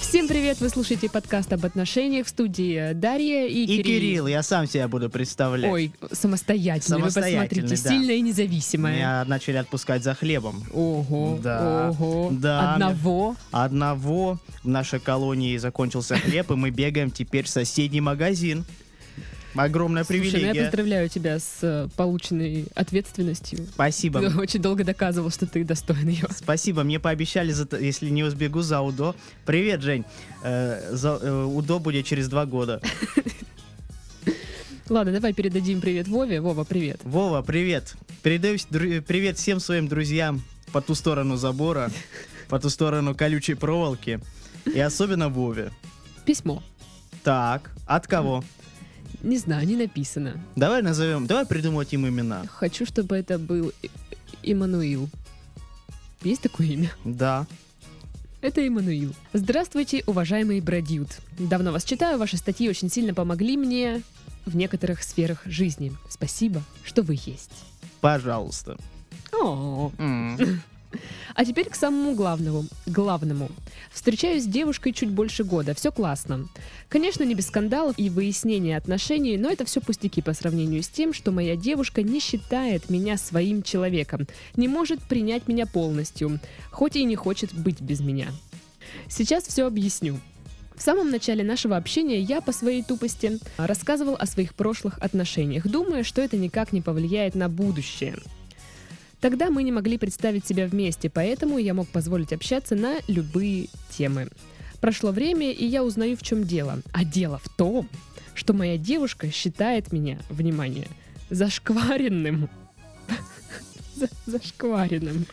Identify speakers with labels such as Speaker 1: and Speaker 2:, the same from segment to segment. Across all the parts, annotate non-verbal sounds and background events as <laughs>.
Speaker 1: Всем привет! Вы слушаете подкаст об отношениях в студии э, Дарья и,
Speaker 2: И Кирилл, я сам себя буду представлять.
Speaker 1: Ой, самостоятельный. Вы
Speaker 2: Самостоятельный,
Speaker 1: посмотрите,
Speaker 2: да.
Speaker 1: сильная и независимая.
Speaker 2: Меня начали отпускать за хлебом.
Speaker 1: Ого,
Speaker 2: Да,
Speaker 1: ого,
Speaker 2: да.
Speaker 1: одного.
Speaker 2: Одного в нашей колонии закончился хлеб, и мы бегаем теперь в соседний магазин. Огромная
Speaker 1: Слушай, ну я
Speaker 2: привилегия.
Speaker 1: поздравляю тебя с э, полученной ответственностью.
Speaker 2: Спасибо.
Speaker 1: Ты <laughs> очень долго доказывал, что ты достоин ее.
Speaker 2: Спасибо, мне пообещали, за то- если не сбегу, за УДО. Привет, Жень. Э, за- э, УДО будет через два года.
Speaker 1: Ладно, давай передадим привет Вове. Вова, привет.
Speaker 2: Вова, привет. Передаю с- дру- привет всем своим друзьям по ту сторону забора, по ту сторону колючей проволоки и особенно Вове.
Speaker 1: Письмо.
Speaker 2: Так, от кого?
Speaker 1: Не знаю, не написано.
Speaker 2: Давай назовем, давай придумывать им имена.
Speaker 1: Хочу, чтобы это был И- Иммануил. Есть такое имя?
Speaker 2: Да.
Speaker 1: Это Эммануил. Здравствуйте, уважаемый Бродюд. Давно вас читаю, ваши статьи очень сильно помогли мне в некоторых сферах жизни. Спасибо, что вы есть.
Speaker 2: Пожалуйста.
Speaker 1: О.
Speaker 2: М.
Speaker 1: А теперь к самому главному. Главному. Встречаюсь с девушкой чуть больше года, все классно. Конечно, не без скандалов и выяснения отношений, но это все пустяки по сравнению с тем, что моя девушка не считает меня своим человеком, не может принять меня полностью, хоть и не хочет быть без меня. Сейчас все объясню. В самом начале нашего общения я по своей тупости рассказывал о своих прошлых отношениях, думая, что это никак не повлияет на будущее. Тогда мы не могли представить себя вместе, поэтому я мог позволить общаться на любые темы. Прошло время, и я узнаю, в чем дело. А дело в том, что моя девушка считает меня, внимание, зашкваренным. <laughs> За- Зашкваренным.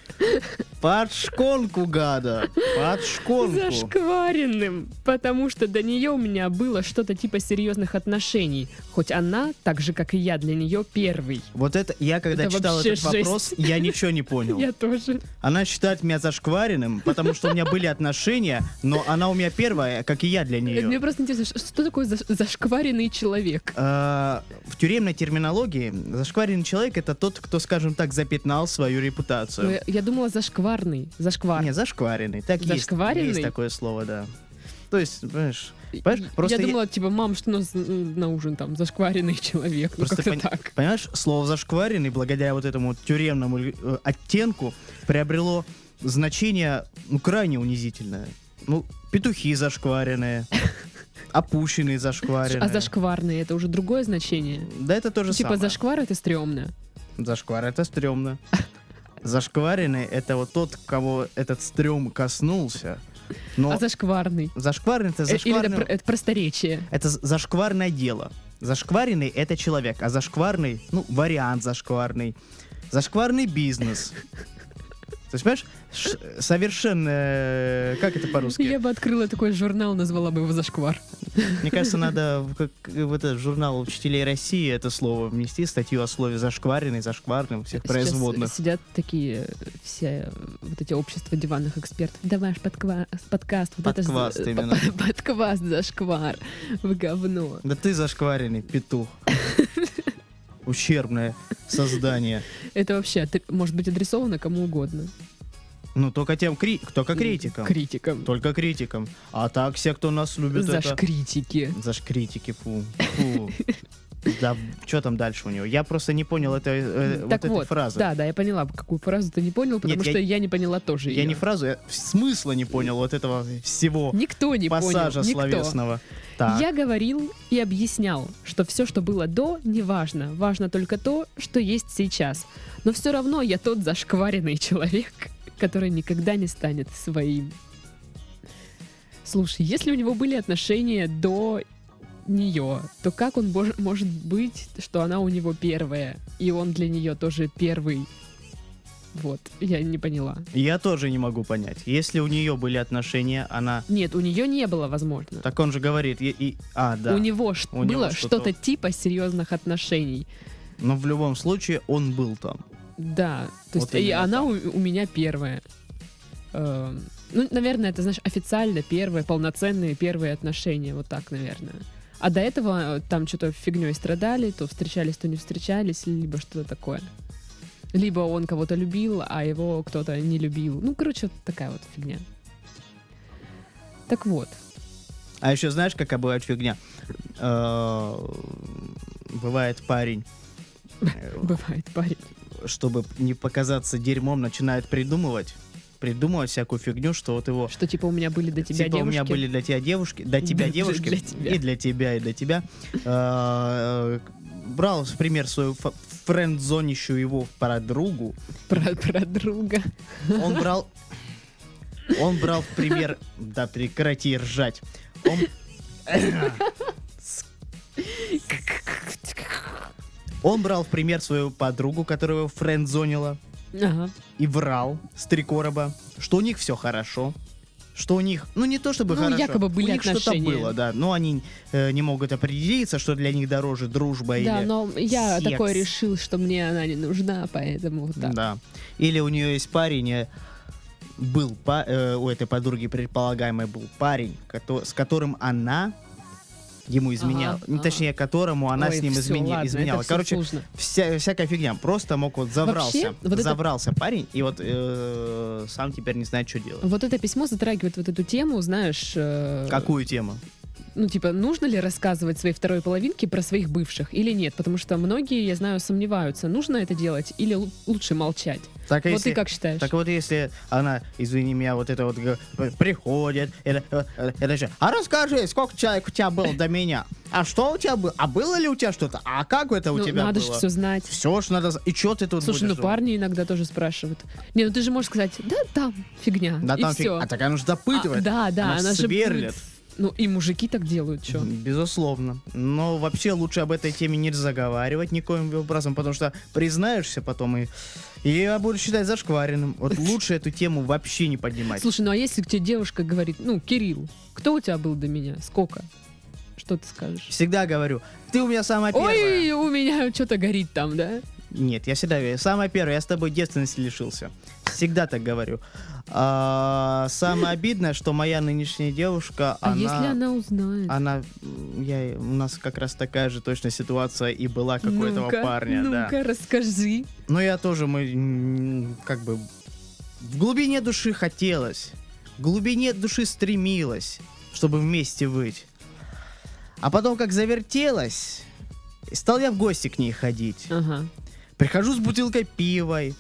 Speaker 2: Под шконку, гада. Под шконку.
Speaker 1: Зашкваренным. Потому что до нее у меня было что-то типа серьезных отношений. Хоть она, так же как и я, для нее первый.
Speaker 2: Вот это, я когда
Speaker 1: Это
Speaker 2: читал
Speaker 1: вообще
Speaker 2: этот вопрос,
Speaker 1: жесть.
Speaker 2: я ничего не понял.
Speaker 1: Я тоже.
Speaker 2: Она считает меня зашкваренным, потому что у меня были отношения, но она у меня первая, как и я для
Speaker 1: Мне
Speaker 2: нее.
Speaker 1: просто интересно, ш- что такое заш- зашкваренный человек?
Speaker 2: А, В тюремной терминологии зашкваренный человек это тот, кто, скажем так, запятнал свою
Speaker 1: Ну,
Speaker 2: репутацию.
Speaker 1: я- я думала, зашкварный. Зашквар.
Speaker 2: Не, зашкваренный. Так есть.
Speaker 1: а. Зашкваренный?
Speaker 2: Есть такое слово, да. То есть, понимаешь,
Speaker 1: И-
Speaker 2: понимаешь, просто
Speaker 1: я
Speaker 2: я-
Speaker 1: думала, типа, мам, что у нас м, на ужин там? Зашкваренный человек. Ну,
Speaker 2: Просто
Speaker 1: как-то
Speaker 2: пон-
Speaker 1: так.
Speaker 2: Понимаешь, слово «зашкваренный» благодаря вот этому тюремному э, оттенку приобрело значение ну, крайне унизительное. Ну, петухи
Speaker 1: <laughs>
Speaker 2: зашкваренные, опущенные зашкваренные.
Speaker 1: А зашкварный это уже другое значение.
Speaker 2: Да это тоже
Speaker 1: типа,
Speaker 2: самое.
Speaker 1: зашквар это стрёмно.
Speaker 2: Зашквар — это стрёмно. Зашкваренный — это вот тот, кого этот стрём коснулся. Но
Speaker 1: А зашкварный.
Speaker 2: зашкваренный — это
Speaker 1: Э, Или это,
Speaker 2: Ну, зашкварный...
Speaker 1: про- это просторечие.
Speaker 2: Это з- зашкварное дело. Зашкваренный — это человек, а зашкварный — ну, вариант зашкварный. Зашкварный бизнес. То есть, понимаешь, ш- совершенно... э, Как это
Speaker 1: Я
Speaker 2: по-русски?
Speaker 1: бы открыла такой журнал, назвала бы его «Зашквар».
Speaker 2: Мне кажется, надо в, как- в этот журнал учителей России это слово внести, статью о слове зашкваренный, зашкварным, всех
Speaker 1: Сейчас
Speaker 2: производных.
Speaker 1: сидят такие э, все э, вот эти общества диванных экспертов. Давай ж подква- подкаст. Вот это ж-
Speaker 2: Подкваст
Speaker 1: э,
Speaker 2: именно.
Speaker 1: под- <laughs> Подкваст зашквар. В говно.
Speaker 2: Да ты зашкваренный, петух. Ущербное создание.
Speaker 1: Это вообще отр- может быть адресовано кому угодно.
Speaker 2: Ну, только тем, кри- только критикам.
Speaker 1: Критикам.
Speaker 2: Только критикам. А так все, кто нас любит, это...
Speaker 1: Зашкритики.
Speaker 2: Заш критики, фу. фу. Да, что там дальше у него? Я просто не понял этой, э, вот
Speaker 1: так
Speaker 2: этой
Speaker 1: вот,
Speaker 2: фразы.
Speaker 1: да, да, я поняла, какую фразу ты не понял, потому
Speaker 2: Нет, я-
Speaker 1: что я, не поняла тоже
Speaker 2: Я
Speaker 1: её.
Speaker 2: не фразу, я смысла не понял вот этого всего
Speaker 1: Никто не
Speaker 2: пассажа
Speaker 1: понял, никто.
Speaker 2: словесного. Так,
Speaker 1: Я говорил и объяснял, что все, что было до, не важно. Важно только то, что есть сейчас. Но все равно я тот зашкваренный человек, который никогда не станет своим. Слушай, если у него были отношения до нее, то как он бож- может быть, что она у него первая, и он для нее тоже первый? Вот, я не поняла.
Speaker 2: я тоже не могу понять. Если у нее были отношения, она...
Speaker 1: Нет, у нее не было, возможно.
Speaker 2: Так он же говорит, и... и- А, да.
Speaker 1: У него ш-
Speaker 2: У него
Speaker 1: было
Speaker 2: что-то-
Speaker 1: что-то типа серьезных отношений.
Speaker 2: Но в любом случае он был там.
Speaker 1: Да, то
Speaker 2: Вот
Speaker 1: есть и
Speaker 2: именно
Speaker 1: она у, у меня первая. Эм, ну, наверное, это, знаешь, официально первые, полноценные первые отношения, вот так, наверное. А до этого э, там что-то фигней страдали, то встречались, то не встречались, либо что-то такое. Либо он кого-то любил, а его кто-то не любил. Ну, короче, вот такая вот фигня. Так вот,
Speaker 2: А еще знаешь, какая бывает фигня? Э, Бывает парень, э,
Speaker 1: Бывает, парень.
Speaker 2: чтобы не показаться дерьмом, начинает придумывать, придумывать всякую фигню, что вот его
Speaker 1: Что типа у меня были до тебя
Speaker 2: типа
Speaker 1: девушки.
Speaker 2: у меня были для тебя
Speaker 1: <laughs>
Speaker 2: девушки, для тебя
Speaker 1: Для-
Speaker 2: девушки,
Speaker 1: для тебя.
Speaker 2: и для тебя, и для тебя. Э, Брал в пример свою фа- френд-зонищую его подругу.
Speaker 1: Про, про
Speaker 2: <laughs>
Speaker 1: друга.
Speaker 2: Он брал... Он брал в пример... Да прекрати ржать. Он... Он брал в пример свою подругу, которая его френд-зонила,
Speaker 1: Ага.
Speaker 2: и врал с три короба, что у них все хорошо, что у них, ну не то чтобы
Speaker 1: Ну,
Speaker 2: хорошо,
Speaker 1: якобы были
Speaker 2: у них что-то
Speaker 1: отношения.
Speaker 2: было, да, но они э, не могут определиться, что для них дороже дружба
Speaker 1: Да,
Speaker 2: или...
Speaker 1: но я
Speaker 2: секс.
Speaker 1: такое решил, что мне она не нужна, поэтому вот так.
Speaker 2: Да. Или у нее есть парень, э, был па- э, у этой подруги предполагаемый был парень, кото- с которым она ему изменяла,
Speaker 1: Ага,
Speaker 2: Не,
Speaker 1: ага.
Speaker 2: точнее которому она
Speaker 1: Ой,
Speaker 2: с ним
Speaker 1: всё,
Speaker 2: измени-
Speaker 1: ладно, это
Speaker 2: изменяла.
Speaker 1: всё
Speaker 2: Короче,
Speaker 1: сложно.
Speaker 2: вся, всякая фигня. Просто мог вот
Speaker 1: Вообще,
Speaker 2: забрался,
Speaker 1: вот это-
Speaker 2: забрался парень и вот э, сам теперь не знает, что делать.
Speaker 1: Вот это письмо затрагивает вот эту тему, знаешь, э,
Speaker 2: Какую тему?
Speaker 1: ну типа нужно ли рассказывать своей второй половинке про своих бывших или нет, потому что многие, я знаю, сомневаются, нужно это делать или лу- лучше молчать.
Speaker 2: Так, а
Speaker 1: вот
Speaker 2: если-
Speaker 1: ты как считаешь?
Speaker 2: Так вот, если она, извини меня, вот это вот г- приходит, это, э, это же, а расскажи, сколько человек у тебя было до меня? А что у тебя было? А было ли у тебя что-то? А как это у
Speaker 1: ну,
Speaker 2: тебя
Speaker 1: надо же
Speaker 2: было?
Speaker 1: все знать.
Speaker 2: Все ж надо... з- И что ты тут
Speaker 1: Слушай, ну
Speaker 2: будешь
Speaker 1: парни иногда тоже спрашивают. Не, ну ты же можешь сказать, да там фигня
Speaker 2: Да
Speaker 1: и
Speaker 2: там фиг-
Speaker 1: все.
Speaker 2: А так она же допытывает.
Speaker 1: да, да,
Speaker 2: Она
Speaker 1: она,
Speaker 2: ж
Speaker 1: же
Speaker 2: сверлит.
Speaker 1: будет- Ну и мужики так делают, что?
Speaker 2: Безусловно. Но вообще лучше об этой теме не заговаривать никоим образом, потому что признаешься потом и... и я буду считать зашкваренным. Вот лучше эту тему вообще не поднимать.
Speaker 1: Слушай, ну а если к тебе девушка говорит, ну Кирилл, кто у тебя был до меня, сколько? Что ты скажешь?
Speaker 2: Всегда говорю, ты у меня самая первая.
Speaker 1: Ой, у меня что-то горит там, да?
Speaker 2: Нет, я всегда говорю, самое первое, я с тобой девственности лишился. Всегда так говорю. А, самое обидное, что моя нынешняя девушка,
Speaker 1: А
Speaker 2: она...
Speaker 1: если она узнает?
Speaker 2: она- м, я, у нас как раз такая же точно ситуация и была, как у этого
Speaker 1: Ну-ка,
Speaker 2: парня,
Speaker 1: Ну-ка,
Speaker 2: да.
Speaker 1: расскажи.
Speaker 2: Но я тоже, мы, м, как бы, в глубине души хотелось, в глубине души стремилась, чтобы вместе быть. А потом, как завертелась, стал я в гости к ней ходить.
Speaker 1: Ага.
Speaker 2: Прихожу с бутылкой пива, и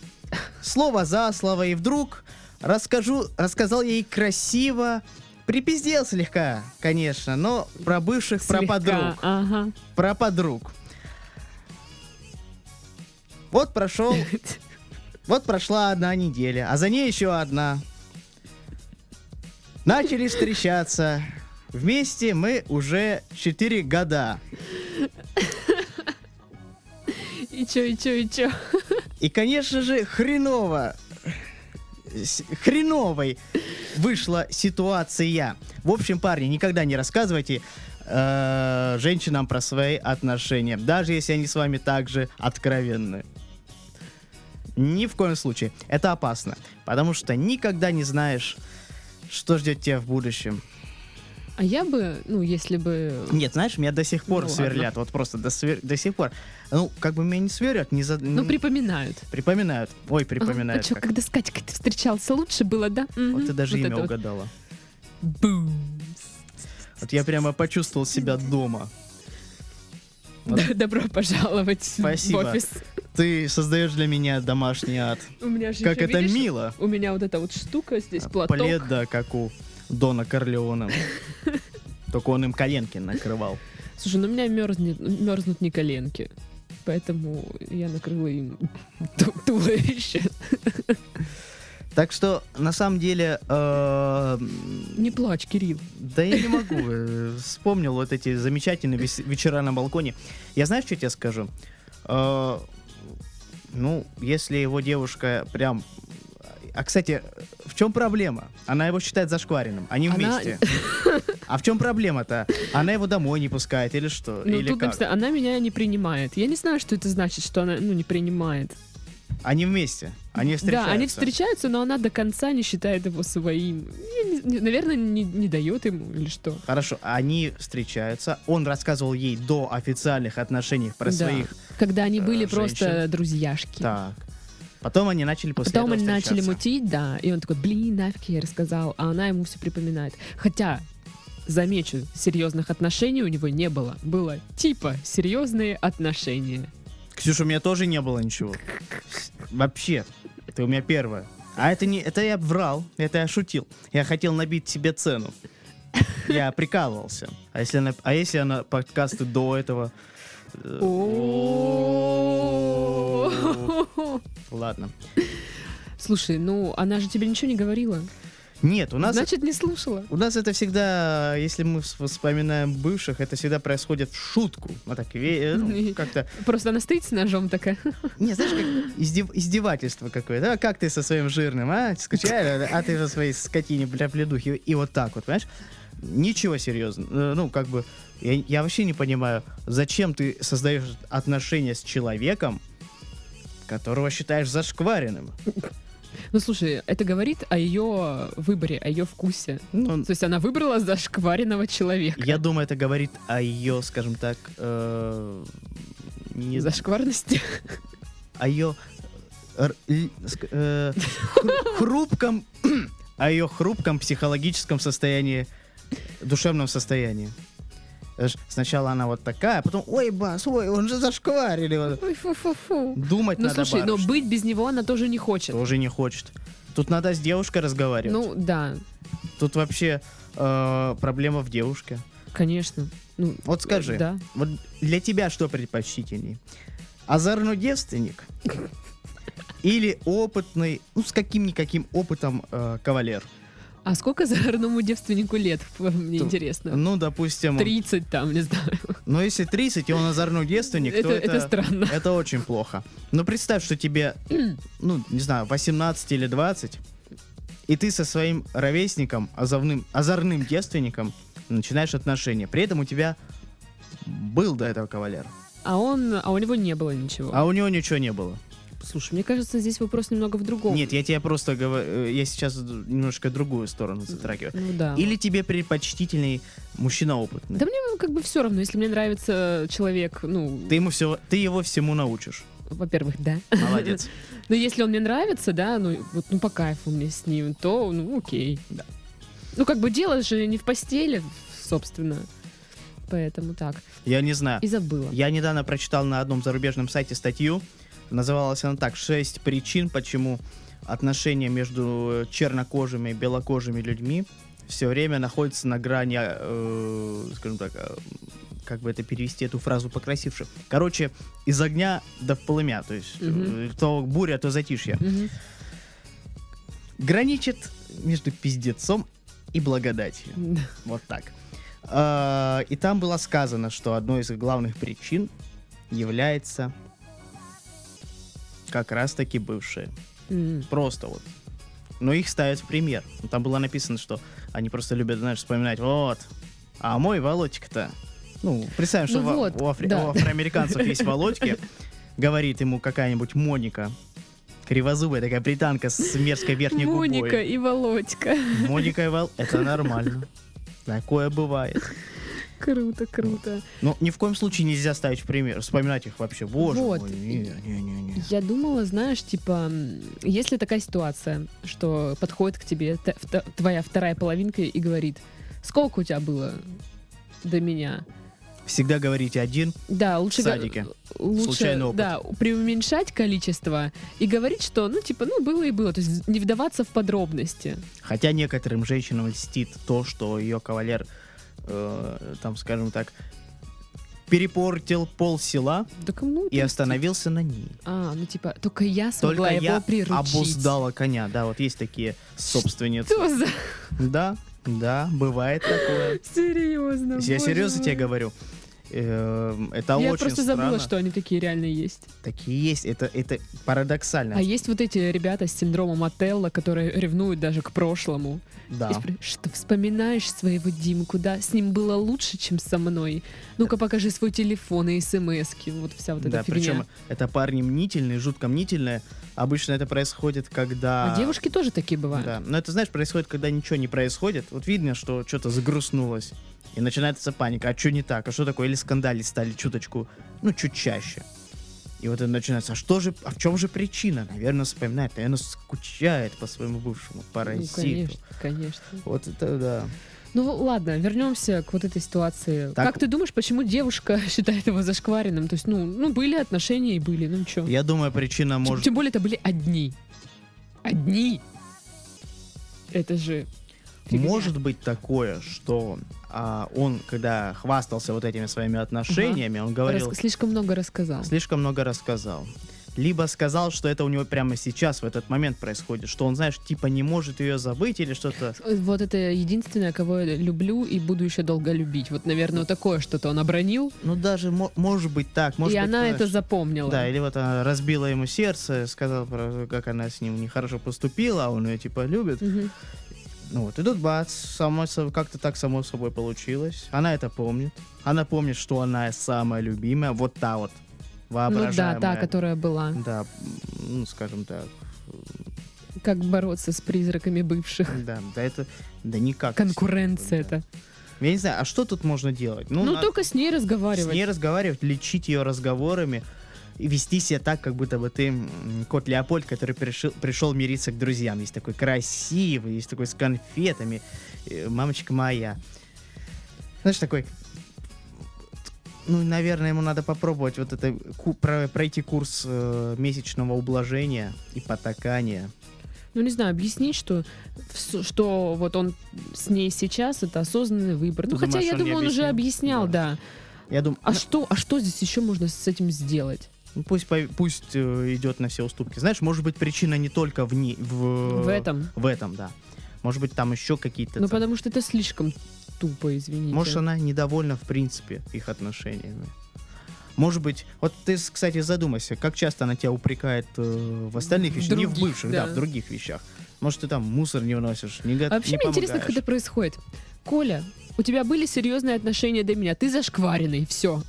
Speaker 2: слово за слово, и вдруг расскажу, рассказал я ей красиво, припиздел слегка, конечно, но про бывших, про
Speaker 1: Слегка,
Speaker 2: подруг,
Speaker 1: Ага.
Speaker 2: про подруг. Вот прошел, вот прошла одна неделя, а за ней еще одна. Начали встречаться. Вместе мы уже 4 года.
Speaker 1: И чё, и чё, и чё?
Speaker 2: И, конечно же, хреново. с- Хреновой вышла ситуация. В общем, парни, никогда не рассказывайте э, женщинам про свои отношения, даже если они с вами также откровенны. Ни в коем случае. Это опасно, потому что никогда не знаешь, что ждет тебя в будущем.
Speaker 1: А я бы, ну, если бы...
Speaker 2: Нет, знаешь, меня до сих пор
Speaker 1: Ну ладно.
Speaker 2: сверлят, вот просто до, свер- до сих пор. Ну, как бы меня не сверлят, не за...
Speaker 1: Ну, припоминают.
Speaker 2: припоминают. Ой, припоминают.
Speaker 1: А, а чё,
Speaker 2: как.
Speaker 1: когда с Катькой ты встречался, лучше было, да?
Speaker 2: Вот
Speaker 1: Мгм.
Speaker 2: ты даже
Speaker 1: Вот
Speaker 2: имя
Speaker 1: это вот.
Speaker 2: угадала.
Speaker 1: Бум.
Speaker 2: Вот я прямо почувствовал себя дома. Вот.
Speaker 1: Да, добро пожаловать
Speaker 2: Спасибо.
Speaker 1: в офис.
Speaker 2: Ты создаешь для меня домашний ад.
Speaker 1: У меня же
Speaker 2: Как
Speaker 1: ещё,
Speaker 2: это
Speaker 1: видишь,
Speaker 2: мило.
Speaker 1: У меня вот эта вот штука здесь, платок.
Speaker 2: Э, Плед, да, как у Дона Корлеона.
Speaker 1: <laughs>
Speaker 2: Только он им коленки накрывал.
Speaker 1: Слушай, ну у меня мерзнет, мерзнут не коленки. Поэтому я накрыла им ту- туловище.
Speaker 2: Так что, на самом деле, э,
Speaker 1: Не плачь, Кирилл.
Speaker 2: да я не могу. э, Вспомнил вот эти замечательные вес- вечера на балконе. Я знаешь, что тебе скажу? Э, Ну, если его девушка прям... А, кстати, в чем проблема? Она его считает зашкваренным. Они
Speaker 1: Она- <laughs>
Speaker 2: вместе. А в чем проблема-то? Она его домой не пускает или что?
Speaker 1: Ну,
Speaker 2: или
Speaker 1: тут
Speaker 2: как?
Speaker 1: написано, она меня не принимает. Я не знаю, что это значит, что она ну, не принимает.
Speaker 2: Они вместе. Они встречаются.
Speaker 1: Да, они встречаются, но она до конца не считает его своим. Я не- не- наверное, не, не дает ему или что.
Speaker 2: Хорошо, они встречаются. Он рассказывал ей до официальных отношений про
Speaker 1: Да.
Speaker 2: своих.
Speaker 1: Когда они
Speaker 2: э,
Speaker 1: были просто
Speaker 2: женщин.
Speaker 1: друзьяшки.
Speaker 2: Так. Потом они начали после
Speaker 1: Потом
Speaker 2: этого
Speaker 1: они начали
Speaker 2: встречаться.
Speaker 1: мутить, да, и он такой, блин, нафиг я ей рассказал, а она ему все припоминает. Хотя Замечу, серьезных отношений у него не было. Было типа серьезные отношения.
Speaker 2: Ксюша, у меня тоже не было ничего. Вообще, ты у меня первая. А это не, это я врал, это я шутил. Я хотел набить себе цену. Я прикалывался. А если она, а если она подкасты до этого? Э, Ладно.
Speaker 1: <laughs> Слушай, ну она же тебе ничего не говорила.
Speaker 2: Нет, у нас
Speaker 1: Значит, не слушала.
Speaker 2: у нас это всегда, если мы вс- вспоминаем бывших, это всегда происходит в шутку. Ну, так ве- э, ну, как-то.
Speaker 1: Просто она стоит с ножом такая. <laughs>
Speaker 2: Не, знаешь, как издев- издевательство какое-то. А как ты со своим жирным, а? Скучали? А ты со своей скотине, бля, бледухи. И вот так вот, понимаешь? Ничего серьезного. Э, Ну, как бы, я, я вообще не понимаю, зачем ты создаешь отношения с человеком, которого считаешь зашкваренным.
Speaker 1: Ну слушай, это говорит о ее выборе, о ее вкусе.
Speaker 2: Ну,
Speaker 1: То есть она выбрала зашкваренного человека.
Speaker 2: я думаю, это говорит о ее, скажем так, э, не знаю,
Speaker 1: Зашкварности.
Speaker 2: о ее а р- л- ск- э, хру- хрупком, <coughs> о ее хрупком психологическом состоянии, душевном состоянии. Это ж Сначала она вот такая, а потом, ой, бас, ой, он же зашкварили. Вот.
Speaker 1: Ой, фу-фу-фу.
Speaker 2: Думать
Speaker 1: Ну
Speaker 2: надо
Speaker 1: слушай, но
Speaker 2: барышне.
Speaker 1: быть без него она тоже не хочет.
Speaker 2: Тоже не хочет. Тут надо с девушкой разговаривать.
Speaker 1: Ну да,
Speaker 2: Тут вообще э, проблема в девушке.
Speaker 1: конечно. Ну,
Speaker 2: Вот скажи,
Speaker 1: Да.
Speaker 2: вот для тебя что предпочтительней? Озорной девственник? Или опытный, ну, с каким-никаким опытом э, кавалер?
Speaker 1: А сколько <laughs> заорному девственнику лет? <laughs> Мне
Speaker 2: Ту-
Speaker 1: интересно.
Speaker 2: Ну, допустим,
Speaker 1: 30 там, не
Speaker 2: <laughs>
Speaker 1: знаю.
Speaker 2: но если 30, и он озорной девственник,
Speaker 1: Это,
Speaker 2: то
Speaker 1: это странно.
Speaker 2: это очень плохо. Но представь, что тебе, <clears throat> ну, не знаю, 18 или 20, и ты со своим ровесником, озорным, озорным девственником, начинаешь отношения. При этом у тебя был до этого кавалер,
Speaker 1: А он, а у него не было ничего.
Speaker 2: а у него ничего не было.
Speaker 1: Слушай, мне кажется, здесь вопрос немного в другом.
Speaker 2: Нет, я тебе просто говорю, я сейчас д- немножко другую сторону затрагиваю.
Speaker 1: Ну да.
Speaker 2: Или тебе предпочтительный мужчина опытный.
Speaker 1: Да мне как бы все равно, если мне нравится человек, ну,
Speaker 2: Ты ему все, ты его всему научишь.
Speaker 1: во-первых, да.
Speaker 2: Молодец.
Speaker 1: Но Ну, если он мне нравится, да, ну, вот, ну по кайфу мне с ним, то, ну, окей.
Speaker 2: Да.
Speaker 1: Ну, как бы дело же не в постели, собственно. Поэтому так.
Speaker 2: Я не знаю.
Speaker 1: И забыла.
Speaker 2: А. Я недавно прочитал на одном зарубежном сайте статью. Называлась она так «Шесть причин, почему отношения между э, чернокожими и белокожими людьми все время находятся на грани, э, скажем так, э, как бы это перевести, эту фразу покрасивше. Короче, из огня до полымя, то есть э,
Speaker 1: Мгм.
Speaker 2: то буря, то затишье.
Speaker 1: Мгм.
Speaker 2: Граничит между пиздецом и благодатью.
Speaker 1: Да.
Speaker 2: Вот так. А, И там было сказано, что одной из главных причин является как раз-таки бывшие.
Speaker 1: М.
Speaker 2: Просто вот. Но их ставят в пример. Ну, Там было написано, что они просто любят, знаешь, вспоминать, вот, а мой Володька-то. Ну, представим, что
Speaker 1: Ну
Speaker 2: во-
Speaker 1: вот,
Speaker 2: у, афри-
Speaker 1: да.
Speaker 2: у афроамериканцев есть Володьки, говорит ему какая-нибудь Моника, кривозубая такая британка с мерзкой верхней губой.
Speaker 1: Моника и Володька. <laughs>
Speaker 2: Моника и Вал, это нормально. Такое бывает.
Speaker 1: Круто, круто.
Speaker 2: Но ни в коем случае нельзя ставить в пример, вспоминать их вообще. Боже
Speaker 1: Вот.
Speaker 2: мой, не-не-не.
Speaker 1: Я думала, знаешь, типа, м, если такая ситуация, что подходит к тебе т- вт- твоя вторая половинка и говорит, сколько у тебя было до меня?
Speaker 2: Всегда говорите один.
Speaker 1: Да, лучше...
Speaker 2: В
Speaker 1: га-
Speaker 2: садике.
Speaker 1: Лучше,
Speaker 2: Случайный опыт.
Speaker 1: да, преуменьшать количество и говорить, что, ну, типа, ну, было и было. То есть не вдаваться в подробности.
Speaker 2: Хотя некоторым женщинам льстит то, что ее кавалер, э, там, скажем так, перепортил пол села
Speaker 1: Да кому
Speaker 2: и
Speaker 1: это?
Speaker 2: остановился на ней.
Speaker 1: А, ну, типа, только я смогла
Speaker 2: Только
Speaker 1: его
Speaker 2: я
Speaker 1: приручить.
Speaker 2: обуздала коня. Да, вот есть такие собственницы.
Speaker 1: Что за... <laughs>
Speaker 2: Да, да, бывает такое.
Speaker 1: Серьезно,
Speaker 2: Я
Speaker 1: боже
Speaker 2: серьезно
Speaker 1: мой.
Speaker 2: тебе говорю. Эм, Это
Speaker 1: Я
Speaker 2: очень
Speaker 1: просто забыла,
Speaker 2: странно.
Speaker 1: что они такие реально есть.
Speaker 2: Такие есть. Это, это парадоксально.
Speaker 1: А есть вот эти ребята с синдромом Отелла, которые ревнуют даже к прошлому. И
Speaker 2: Да.
Speaker 1: спр- Что вспоминаешь своего Димку, да? С ним было лучше, чем со мной. Ну-ка покажи свой телефон и смски. Вот вся вот эта
Speaker 2: да,
Speaker 1: фигня.
Speaker 2: причем это парни мнительные, жутко мнительные. Обычно это происходит, когда...
Speaker 1: А девушки тоже такие бывают.
Speaker 2: Да, но это, знаешь, происходит, когда ничего не происходит. Вот видно, что что-то загрустнулось. И начинается паника. А что не так? А что такое? Или скандали стали чуточку, ну, чуть чаще. И вот это начинается. А что же, а в чем же причина? Наверное, вспоминает, наверное, скучает по своему бывшему
Speaker 1: Ну,
Speaker 2: паразиту.
Speaker 1: конечно, конечно.
Speaker 2: вот это да.
Speaker 1: Ну ладно, вернемся к вот этой ситуации.
Speaker 2: Так.
Speaker 1: Как ты думаешь, почему девушка <laughs> считает его зашкваренным? То есть, ну, ну были отношения и были, ну ничего.
Speaker 2: Я думаю, причина
Speaker 1: Тем-
Speaker 2: может...
Speaker 1: Тем более это были одни. Одни. Это же. фигня.
Speaker 2: Может быть такое, что а, он, когда хвастался вот этими своими отношениями, он говорил,
Speaker 1: Рас- слишком много рассказал.
Speaker 2: слишком много рассказал. Либо сказал, что это у него прямо сейчас, в этот момент происходит, что он, знаешь, типа не может ее забыть или что-то.
Speaker 1: Вот это единственное, кого я люблю и буду еще долго любить. Вот, наверное, вот такое что-то он обронил,
Speaker 2: Ну, даже мо- может быть так. Может
Speaker 1: и
Speaker 2: быть,
Speaker 1: она
Speaker 2: знаешь,
Speaker 1: это запомнила.
Speaker 2: Да, или вот она разбила ему сердце, сказала, про- как она с ним нехорошо поступила, а он ее типа любит.
Speaker 1: Мгм.
Speaker 2: Ну вот, и тут бац, само, со- как-то так само собой получилось. Она это помнит. Она помнит, что она самая любимая, вот та вот,
Speaker 1: Ну да,
Speaker 2: воображаемая.
Speaker 1: та, которая была.
Speaker 2: Да, ну, скажем так,
Speaker 1: Как бороться с призраками бывших.
Speaker 2: да, да это, да никак.
Speaker 1: Конкуренция
Speaker 2: Да.
Speaker 1: это.
Speaker 2: Я не знаю, а что тут можно делать?
Speaker 1: Ну,
Speaker 2: надо
Speaker 1: только с ней разговаривать.
Speaker 2: С ней разговаривать, лечить ее разговорами и вести себя так, как будто бы ты м, кот Леопольд, который пришел, пришел мириться к друзьям. Есть такой красивый, есть такой с конфетами. Э, Мамочка моя. Знаешь, такой... Ну, наверное, ему надо попробовать вот это ку- про- пройти курс э, месячного ублажения и потакания.
Speaker 1: Ну, не знаю, объяснить, что, вс- что вот он с ней сейчас, это осознанный выбор. Ну,
Speaker 2: Ты
Speaker 1: хотя
Speaker 2: думаешь,
Speaker 1: я
Speaker 2: он не
Speaker 1: думаю, он уже
Speaker 2: объяснил? Ну,
Speaker 1: объяснял, да.
Speaker 2: Я думаю,
Speaker 1: А что, а что здесь еще можно с этим сделать?
Speaker 2: ну, пусть по- пусть э, идет на все уступки. Знаешь, может быть причина не только в ней, в,
Speaker 1: В этом.
Speaker 2: в этом, да. Может быть там еще какие-то.
Speaker 1: Ну,
Speaker 2: цен-
Speaker 1: потому что это слишком тупо, извините.
Speaker 2: Может, она недовольна, в принципе, их отношениями. Может быть, вот ты, с- кстати, задумайся, как часто она тебя упрекает э, в остальных
Speaker 1: В
Speaker 2: вещах, не в
Speaker 1: других,
Speaker 2: бывших, да.
Speaker 1: да.
Speaker 2: в других вещах. Может, ты там мусор не вносишь, не
Speaker 1: А вообще мне интересно, как это происходит. Коля, у тебя были серьезные отношения до меня, ты зашкваренный, все.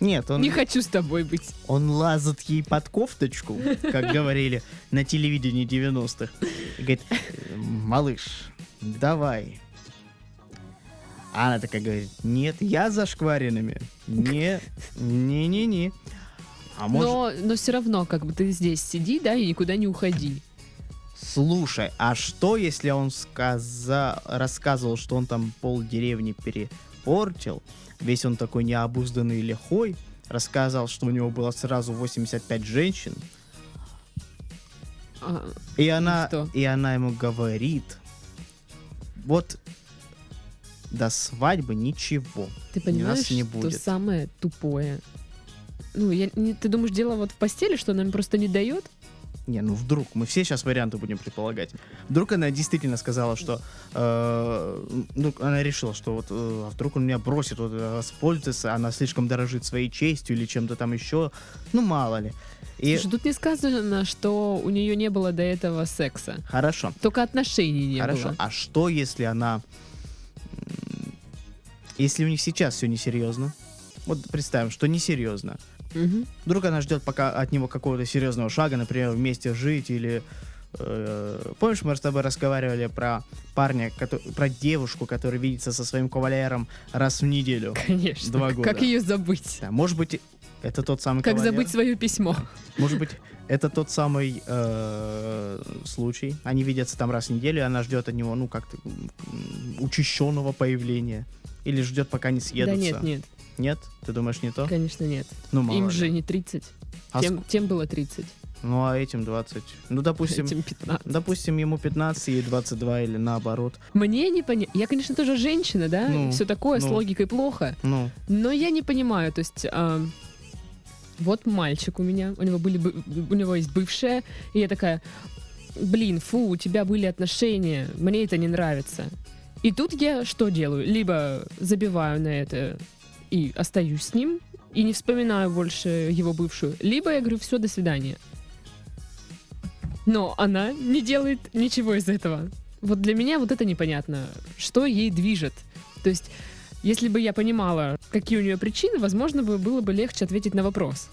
Speaker 2: Нет, он,
Speaker 1: Не хочу с тобой быть.
Speaker 2: он лазит ей под кофточку, как говорили на телевидении 90-х. И говорит, «Э, малыш, давай. А она такая говорит, нет, я за шкваринами. Не, не-не-не. А может...
Speaker 1: Но, но все равно, как бы ты здесь сиди, да, и никуда не уходи.
Speaker 2: Слушай, а что, если он сказа... рассказывал, что он там пол деревни перепортил, весь он такой необузданный и лихой, рассказал, что у него было сразу 85 женщин,
Speaker 1: А,
Speaker 2: и она,
Speaker 1: что?
Speaker 2: и она ему говорит, вот до свадьбы ничего.
Speaker 1: А, Ты
Speaker 2: Ни
Speaker 1: понимаешь,
Speaker 2: нас не будет.
Speaker 1: что самое тупое? Ну, я не- ты думаешь, дело вот в постели, что она им просто не дает?
Speaker 2: Не, ну вдруг, мы все сейчас варианты будем предполагать. Вдруг она действительно сказала, что... э, ну, она решила, что вот... э, а вдруг он меня бросит, вот э, воспользуется, она слишком дорожит своей честью или чем-то там еще. Ну, мало ли. И...
Speaker 1: Слушай, тут не сказано, что у нее не было до этого секса.
Speaker 2: Хорошо,
Speaker 1: Только отношений не
Speaker 2: хорошо.
Speaker 1: было.
Speaker 2: А что, если она... м, Если у них сейчас все несерьезно? Вот представим, что несерьезно.
Speaker 1: Мгм.
Speaker 2: Вдруг она ждет пока от него какого-то серьезного шага, например, вместе жить или... э, помнишь, мы с тобой разговаривали про парня, кото- про девушку, которая видится со своим кавалером раз в неделю?
Speaker 1: Конечно.
Speaker 2: Два
Speaker 1: Как-
Speaker 2: года.
Speaker 1: Как ее забыть?
Speaker 2: Да, может быть, это тот самый
Speaker 1: Как
Speaker 2: кавалер?
Speaker 1: забыть свое письмо?
Speaker 2: Может быть, это тот самый э, случай. Они видятся там раз в неделю, и она ждет от него, ну, как-то м, учащенного появления. Или ждет, пока не съедутся.
Speaker 1: Да нет, нет.
Speaker 2: Нет? Ты думаешь, не то?
Speaker 1: Конечно, нет.
Speaker 2: Ну, мало
Speaker 1: Им
Speaker 2: ли.
Speaker 1: же не 30.
Speaker 2: А
Speaker 1: Тем, тем было 30.
Speaker 2: ск- Ну, а этим 20. Ну, допустим,
Speaker 1: Этим 15.
Speaker 2: Допустим, ему 15 и 22 или наоборот.
Speaker 1: Мне не понятно. Я, конечно, тоже женщина, да?
Speaker 2: Ну,
Speaker 1: Все такое, с
Speaker 2: ну.
Speaker 1: логикой плохо.
Speaker 2: Ну,
Speaker 1: Но я не понимаю, то есть... а, вот мальчик у меня, у него были, бы- у него есть бывшая, и я такая, блин, фу, у тебя были отношения, мне это не нравится. И тут я что делаю? Либо забиваю на это и остаюсь с ним, и не вспоминаю больше его бывшую, либо я говорю, все, до свидания. Но она не делает ничего из этого. Вот для меня вот это непонятно, что ей движет. То есть если бы я понимала, какие у нее причины, возможно, бы было бы легче ответить на вопрос.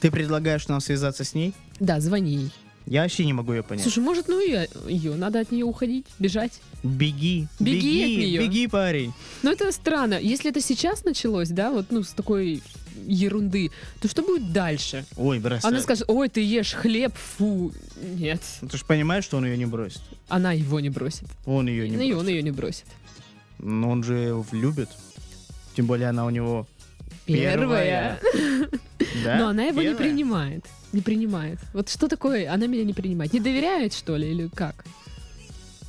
Speaker 2: ты предлагаешь нам связаться с ней?
Speaker 1: Да, звони ей.
Speaker 2: Я вообще не могу ее понять.
Speaker 1: Слушай, может, ну ее, ее, надо от нее уходить, бежать.
Speaker 2: беги,
Speaker 1: беги
Speaker 2: беги,
Speaker 1: от неё.
Speaker 2: беги, парень.
Speaker 1: Но это странно. Если это сейчас началось, да, вот ну с такой ерунды, то что будет дальше?
Speaker 2: Ой, бросай.
Speaker 1: Она скажет, ой, ты ешь хлеб, фу, нет,
Speaker 2: Ну, Ты же понимаешь, что он ее не бросит.
Speaker 1: она его не бросит.
Speaker 2: Он ее не
Speaker 1: Ну и
Speaker 2: бросит.
Speaker 1: он ее не бросит.
Speaker 2: Но он же её влюбит. Тем более она у него
Speaker 1: Первая.
Speaker 2: <laughs>
Speaker 1: <laughs>
Speaker 2: Да?
Speaker 1: Но она его не
Speaker 2: Первая?
Speaker 1: принимает. Не принимает. Вот что такое, она меня не принимает? Не доверяет, что ли, или как?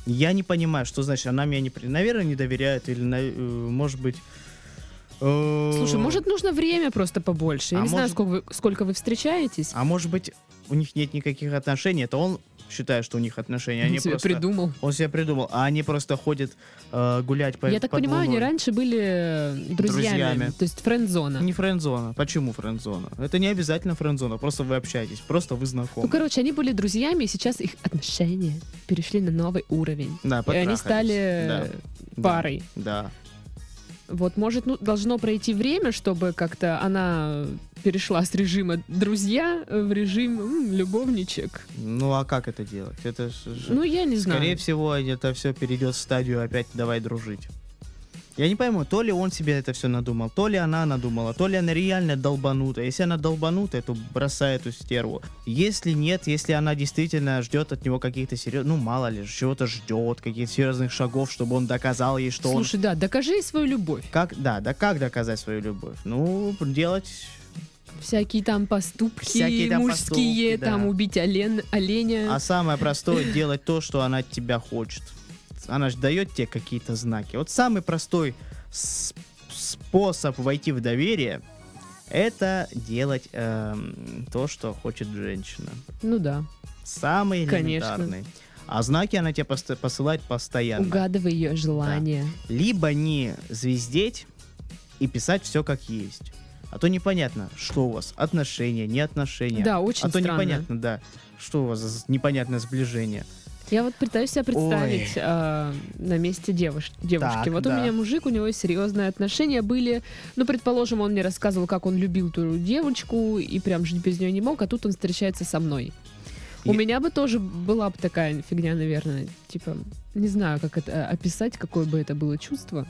Speaker 2: Я не понимаю, что значит, она меня не... при- Наверное, не доверяет, или, на- э, может быть... э,
Speaker 1: Слушай, может, нужно время просто побольше? Я
Speaker 2: а
Speaker 1: не знаю,
Speaker 2: может-
Speaker 1: сколько вы, сколько вы встречаетесь.
Speaker 2: А может быть, у них нет никаких отношений, это он считает, что у них отношения,
Speaker 1: Он
Speaker 2: они
Speaker 1: себе
Speaker 2: просто...
Speaker 1: придумал.
Speaker 2: Он себе придумал, а они просто ходят э, гулять по
Speaker 1: Я так
Speaker 2: под
Speaker 1: понимаю, они
Speaker 2: луной.
Speaker 1: раньше были э, друзьями.
Speaker 2: Друзьями.
Speaker 1: То есть френд-зона. Ну,
Speaker 2: Не френдзона. Почему френдзона? Это не обязательно френдзона, просто вы общаетесь, просто вы
Speaker 1: Ну,
Speaker 2: знакомы.
Speaker 1: короче, они были друзьями, и сейчас их отношения перешли на новый уровень.
Speaker 2: да,
Speaker 1: И они
Speaker 2: А потрахались.
Speaker 1: стали
Speaker 2: Да,
Speaker 1: э,
Speaker 2: да,
Speaker 1: парой.
Speaker 2: Да.
Speaker 1: Вот, может, ну, должно пройти время, чтобы как-то она перешла с режима друзья э, в режим м, любовничек.
Speaker 2: Ну а как это делать? Это ж- ж-
Speaker 1: Ну, я не знаю.
Speaker 2: скорее всего это все перейдет в стадию опять давай дружить. Я не пойму, то ли он себе это все надумал, то ли она надумала, то ли она реально долбанутая. Если она долбанутая, то бросай эту стерву. Если нет, если она действительно ждет от него каких-то серьезных, ну мало ли, чего-то ждет, каких-то серьезных шагов, чтобы он доказал ей, что он
Speaker 1: Слушай, да, докажи свою любовь.
Speaker 2: Как, да, да как доказать свою любовь? Ну, делать...
Speaker 1: Всякие там поступки
Speaker 2: Всякие там
Speaker 1: мужские,
Speaker 2: поступки, да.
Speaker 1: там убить олен- оленя.
Speaker 2: А самое простое — делать то, что она от тебя хочет. Она же дает тебе какие-то знаки. Вот самый простой с- способ войти в доверие — это делать эм, то, что хочет женщина.
Speaker 1: Ну да,
Speaker 2: Самый
Speaker 1: Конечно.
Speaker 2: элементарный. А знаки она тебе пост- посылает постоянно.
Speaker 1: угадывай ее желание.
Speaker 2: либо не звездеть и писать все как есть. А то непонятно, что у вас, отношения, не отношения.
Speaker 1: Да, очень
Speaker 2: а то
Speaker 1: странно.
Speaker 2: непонятно, да, что у вас за непонятное сближение.
Speaker 1: Я вот пытаюсь себя представить
Speaker 2: Ой.
Speaker 1: а, на месте девуш- девушки.
Speaker 2: Так,
Speaker 1: вот у
Speaker 2: да.
Speaker 1: меня мужик, у него серьезные отношения были. Ну, предположим, он мне рассказывал, как он любил ту девочку и прям жить без нее не мог, а тут он встречается со мной. У
Speaker 2: Я-
Speaker 1: меня бы тоже была бы такая фигня, наверное. Типа, не знаю, как это э, описать, какое бы это было чувство.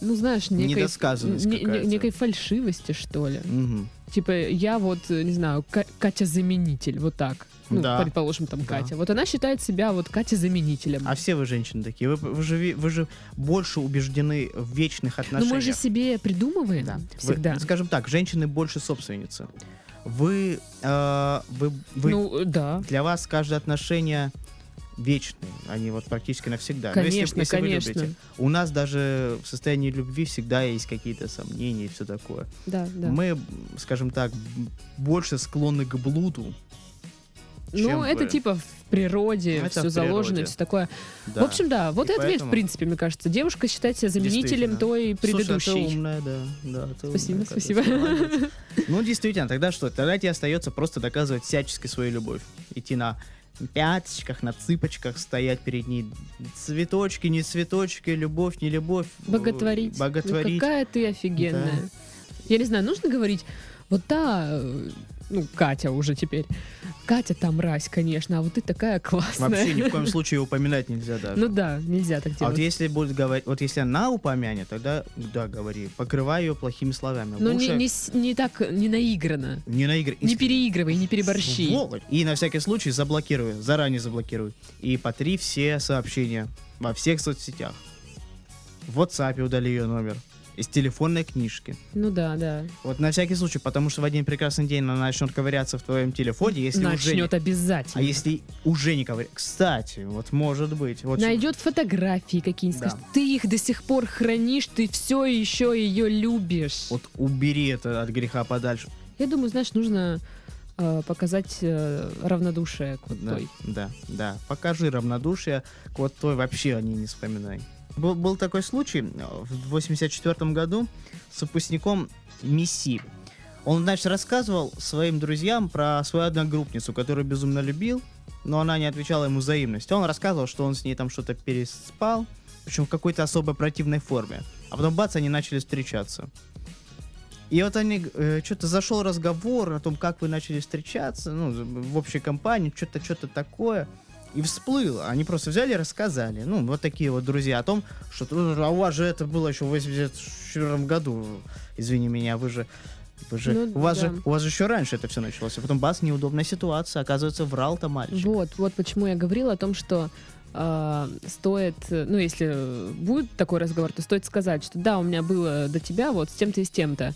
Speaker 1: Ну, знаешь, некой,
Speaker 2: Недосказанность
Speaker 1: не- не-
Speaker 2: какая-то.
Speaker 1: некой фальшивости, что ли.
Speaker 2: Мгм.
Speaker 1: Типа, я вот, э, не знаю, Ка- Катя-заменитель, вот так. Ну,
Speaker 2: Да.
Speaker 1: предположим, там
Speaker 2: Да.
Speaker 1: Катя. Вот она считает себя вот Катя-заменителем.
Speaker 2: А все вы женщины такие. Вы, вы же, ви- вы же больше убеждены в вечных
Speaker 1: Но
Speaker 2: отношениях.
Speaker 1: Ну, мы же себе придумываем
Speaker 2: Да. Вы-
Speaker 1: всегда.
Speaker 2: скажем так, женщины больше собственницы. Вы, э, вы, вы
Speaker 1: Ну, э, да.
Speaker 2: для вас каждое отношение вечные, они вот практически навсегда. Ну, если-
Speaker 1: Конечно,
Speaker 2: если вы
Speaker 1: конечно.
Speaker 2: любите. У нас даже в состоянии любви всегда есть какие-то сомнения и все такое.
Speaker 1: Да, да.
Speaker 2: Мы, скажем так, м, больше склонны к блуду.
Speaker 1: ну,
Speaker 2: чем
Speaker 1: это
Speaker 2: вы. Ну,
Speaker 1: типа в природе,
Speaker 2: Это
Speaker 1: все
Speaker 2: в
Speaker 1: заложено,
Speaker 2: природе.
Speaker 1: все такое.
Speaker 2: Да.
Speaker 1: В общем, да, вот
Speaker 2: И
Speaker 1: и ответ, в
Speaker 2: поэтому-
Speaker 1: принципе, мне кажется. Девушка считает себя заменителем
Speaker 2: Действительно.
Speaker 1: той
Speaker 2: Слушай, а ты
Speaker 1: предыдущей.
Speaker 2: умная, да. да ты
Speaker 1: Спасибо,
Speaker 2: умная,
Speaker 1: спасибо.
Speaker 2: оказывается, молодец. Ну, действительно, тогда что? Тогда тебе остается просто доказывать всячески свою любовь. Идти на пяточках, на цыпочках, стоять перед ней. Цветочки, не цветочки, любовь, не любовь.
Speaker 1: Боготворить. Ну,
Speaker 2: Боготворить.
Speaker 1: какая ты офигенная. Я не знаю, нужно говорить, вот та, э, ну, Катя уже теперь. Катя там мразь, конечно, а вот ты такая классная.
Speaker 2: Вообще ни в коем случае упоминать нельзя
Speaker 1: <laughs>
Speaker 2: даже.
Speaker 1: Ну да, нельзя так
Speaker 2: а вот
Speaker 1: делать.
Speaker 2: если будет говорить, вот если она упомянет, тогда да, говори, покрывай ее плохими словами.
Speaker 1: Но Ну, не,
Speaker 2: Лучше
Speaker 1: не с- не так, не наиграно.
Speaker 2: не наигрывай.
Speaker 1: Не
Speaker 2: Иск-
Speaker 1: переигрывай, не переборщи.
Speaker 2: Сволочь. И на всякий случай заблокирую, заранее заблокирую. И потри все сообщения во всех соцсетях. В WhatsApp удали ее номер. Из телефонной книжки.
Speaker 1: Ну да, да.
Speaker 2: Вот на всякий случай, потому что в один прекрасный день она начнет ковыряться в твоем телефоне, если уже... не-
Speaker 1: Начнет
Speaker 2: А
Speaker 1: обязательно.
Speaker 2: если уже не ковыряется? Кстати, вот может быть. Вот
Speaker 1: Найдет фотографии какие-нибудь,
Speaker 2: Да.
Speaker 1: скажет, ты их до сих пор хранишь, ты все еще ее любишь.
Speaker 2: Вот убери это от греха подальше.
Speaker 1: Я думаю, знаешь, нужно э, показать э, равнодушие к вот
Speaker 2: Да,
Speaker 1: той.
Speaker 2: да, да. Покажи равнодушие к вот той вообще они не вспоминай. Был, был такой случай э, в 84 году с выпускником Месси. Он, значит, рассказывал своим друзьям про свою одногруппницу, которую безумно любил, но она не отвечала ему взаимностью. Он рассказывал, что он с ней там что-то переспал, причем в какой-то особо противной форме. А потом, бац, они начали встречаться. И вот они, что-то зашел разговор о том, как вы начали встречаться, ну, з- в общей компании, что-то, что-то такое. И всплыло. Они просто взяли и рассказали. Ну, вот такие вот друзья о том, что «Ну, а у вас же это было еще в 84 году. Извини меня, вы же... Вы же,
Speaker 1: Ну,
Speaker 2: у, вас
Speaker 1: да.
Speaker 2: же, у вас же еще раньше это все началось. А потом, бас, неудобная ситуация. Оказывается, врал-то мальчик.
Speaker 1: Вот, вот почему я говорила о том, что а, стоит, э, ну, если э, будет такой разговор, то стоит сказать, что да, у меня было до тебя вот с тем-то и с тем-то.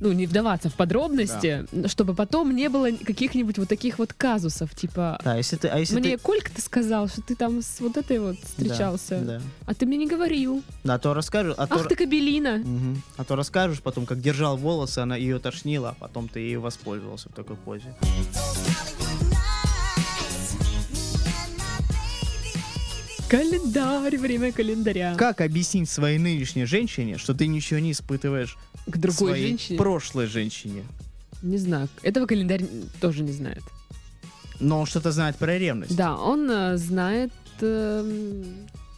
Speaker 1: Ну, не вдаваться в подробности, чтобы потом не было каких-нибудь вот таких вот казусов, типа...
Speaker 2: Да, если ты, а если
Speaker 1: Мне
Speaker 2: ты...
Speaker 1: Колька-то сказал, что ты там с вот этой вот встречался,
Speaker 2: Да, да.
Speaker 1: а ты мне не говорил.
Speaker 2: Да, то расскажешь, а то...
Speaker 1: Ах ты кабелина!
Speaker 2: Мгм. А то расскажешь потом, как держал волосы, она ее тошнила, а потом ты ею воспользовался в такой позе.
Speaker 1: Календарь, время календаря.
Speaker 2: Как объяснить своей нынешней женщине, что ты ничего не испытываешь
Speaker 1: К другой
Speaker 2: своей
Speaker 1: женщине?
Speaker 2: прошлой женщине?
Speaker 1: Не знаю. Этого календарь тоже не знает.
Speaker 2: Но он что-то знает про ревность.
Speaker 1: Да, он э, знает, эм,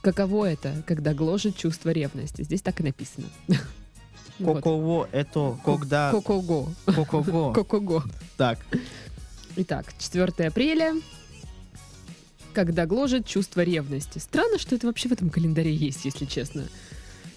Speaker 1: каково это, когда гложет чувство ревности. Здесь так и написано. <laughs> Вот.
Speaker 2: Коково это когда...
Speaker 1: Кокого.
Speaker 2: Кокого.
Speaker 1: Кокого.
Speaker 2: Так,
Speaker 1: Итак, 4 апреля. Когда гложет чувство ревности. Странно, что это вообще в этом календаре есть, если честно.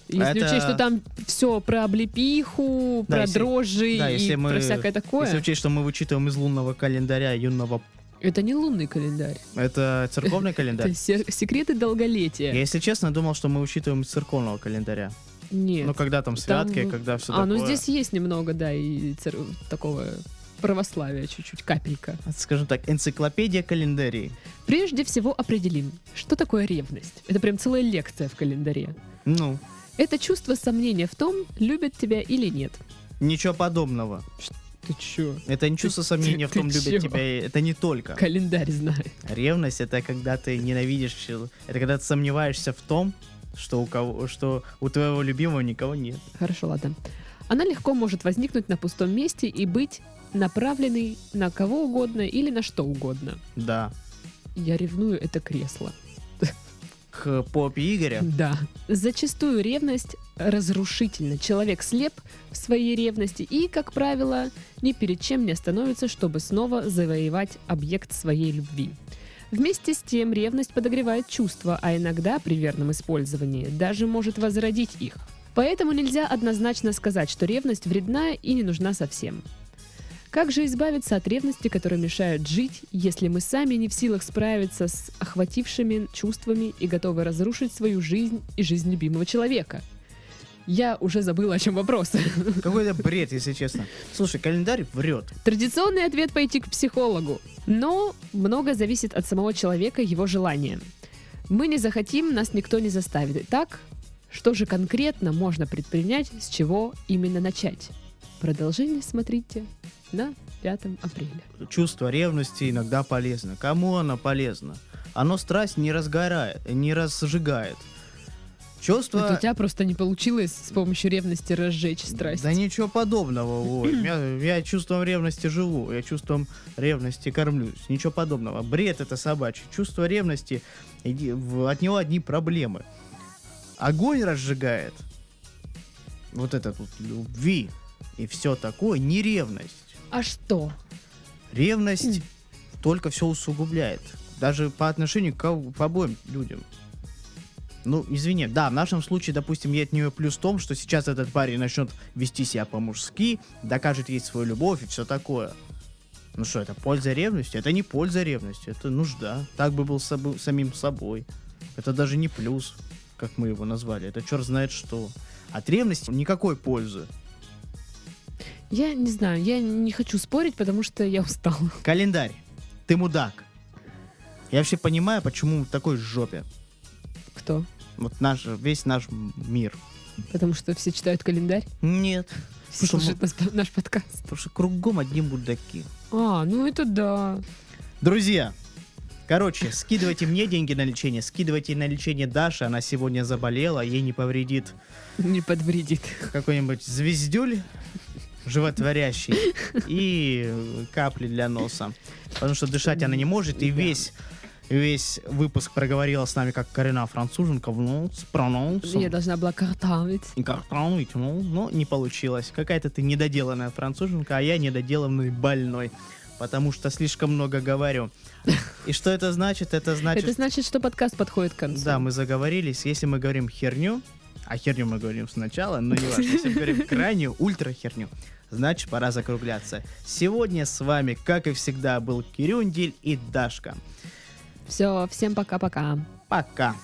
Speaker 1: Если
Speaker 2: Это-
Speaker 1: учесть, что там все про облепиху,
Speaker 2: Да,
Speaker 1: про
Speaker 2: если-
Speaker 1: дрожжи
Speaker 2: да,
Speaker 1: и
Speaker 2: если мы-
Speaker 1: про всякое такое,
Speaker 2: если учесть, что мы вычитываем из лунного календаря юного...
Speaker 1: это не лунный календарь.
Speaker 2: Это церковный
Speaker 1: Это <laughs>
Speaker 2: календарь?
Speaker 1: се- секреты долголетия.
Speaker 2: Я, если честно, думал, что мы учитываем из церковного календаря.
Speaker 1: Нет.
Speaker 2: Ну, когда там святки,
Speaker 1: Там-
Speaker 2: когда все
Speaker 1: а, ну
Speaker 2: такое.
Speaker 1: здесь есть немного, да, и цер- такого православия чуть-чуть, капелька.
Speaker 2: Скажем так, энциклопедия календарей.
Speaker 1: Прежде всего определим, что такое ревность. Это прям целая лекция в календаре.
Speaker 2: Ну,
Speaker 1: Это чувство сомнения в том, любят тебя или нет.
Speaker 2: ничего подобного.
Speaker 1: Ты чё?
Speaker 2: Это не чувство сомнения в
Speaker 1: ты
Speaker 2: том,
Speaker 1: чё?
Speaker 2: любит тебя. и- Это не только.
Speaker 1: Календарь знает.
Speaker 2: Ревность это когда ты ненавидишь, чел- это когда ты сомневаешься в том, что у кого, что у твоего любимого никого нет.
Speaker 1: Хорошо, ладно. Она легко может возникнуть на пустом месте и быть направленной на кого угодно или на что угодно.
Speaker 2: Да.
Speaker 1: Я ревную это кресло.
Speaker 2: К попе Игоря.
Speaker 1: Да. Зачастую ревность разрушительна. Человек слеп в своей ревности и, как правило, ни перед чем не остановится, чтобы снова завоевать объект своей любви. Вместе с тем ревность подогревает чувства, а иногда при верном использовании даже может возродить их. Поэтому нельзя однозначно сказать, что ревность вредна и не нужна совсем. Как же избавиться от ревности, которая мешает жить, если мы сами не в силах справиться с охватившими чувствами и готовы разрушить свою жизнь и жизнь любимого человека? Я уже забыла, о чем вопрос. <laughs>
Speaker 2: Какой-то бред, если честно. Слушай, календарь врет.
Speaker 1: Традиционный ответ пойти к психологу. Но много зависит от самого человека, и его желания. Мы не захотим, нас никто не заставит. Итак, что же конкретно можно предпринять, с чего именно начать? Продолжение смотрите на 5 апреля.
Speaker 2: Чувство ревности иногда полезно. Кому оно полезно? Оно страсть не разгорает, не разжигает.
Speaker 1: Это
Speaker 2: Чувство...
Speaker 1: у тебя просто не получилось с помощью ревности разжечь страсть.
Speaker 2: Да ничего подобного, Оль. Я, я чувством ревности живу, я чувством ревности кормлюсь. Ничего подобного. Бред это собачий. Чувство ревности, иди- в- от него одни проблемы. Огонь разжигает. Вот этот вот любви и все такое, не ревность.
Speaker 1: А что?
Speaker 2: Ревность только все усугубляет. Даже по отношению к, кого- к обоим людям. Ну, извини, да, в нашем случае, допустим, я от нее плюс в том, что сейчас этот парень начнет вести себя по-мужски, докажет ей свою любовь и все такое. Ну что, это польза ревности? Это не польза ревности, это нужда. Так бы был собо- самим собой. Это даже не плюс, как мы его назвали. Это черт знает что. От ревности никакой пользы.
Speaker 1: Я не знаю, я не хочу спорить, потому что я устала. <laughs>
Speaker 2: Календарь, ты мудак. Я вообще понимаю, почему мы в такой жопе.
Speaker 1: Кто?
Speaker 2: Вот наш, весь наш м- мир.
Speaker 1: Потому что все читают календарь,
Speaker 2: Нет.
Speaker 1: все
Speaker 2: Потому что,
Speaker 1: слушают нас- наш подкаст.
Speaker 2: потому что кругом одни мудаки.
Speaker 1: А, ну это да.
Speaker 2: Друзья, короче, скидывайте мне деньги на лечение, скидывайте на лечение Даши, она сегодня заболела, ей не повредит
Speaker 1: Не подвредит.
Speaker 2: какой-нибудь звездюль животворящий и э, капли для носа. Потому что дышать она не может, и
Speaker 1: Да.
Speaker 2: весь весь выпуск проговорила с нами как корена француженка, внуц, прононс.
Speaker 1: Я должна была картавить.
Speaker 2: И как там, и тянул, но не получилось. Какая-то ты недоделанная француженка, а я недоделанный больной. Потому что слишком много говорю. И что это значит? Это
Speaker 1: Это
Speaker 2: значит,
Speaker 1: значит, что подкаст подходит к концу.
Speaker 2: да, мы заговорились. Если мы говорим херню, а херню мы говорим сначала, но не важно. Если мы говорим крайнюю, ультра херню, значит пора закругляться. Сегодня с вами, как и всегда, был Кирюндель и Дашка.
Speaker 1: Все, всем пока-пока.
Speaker 2: Пока.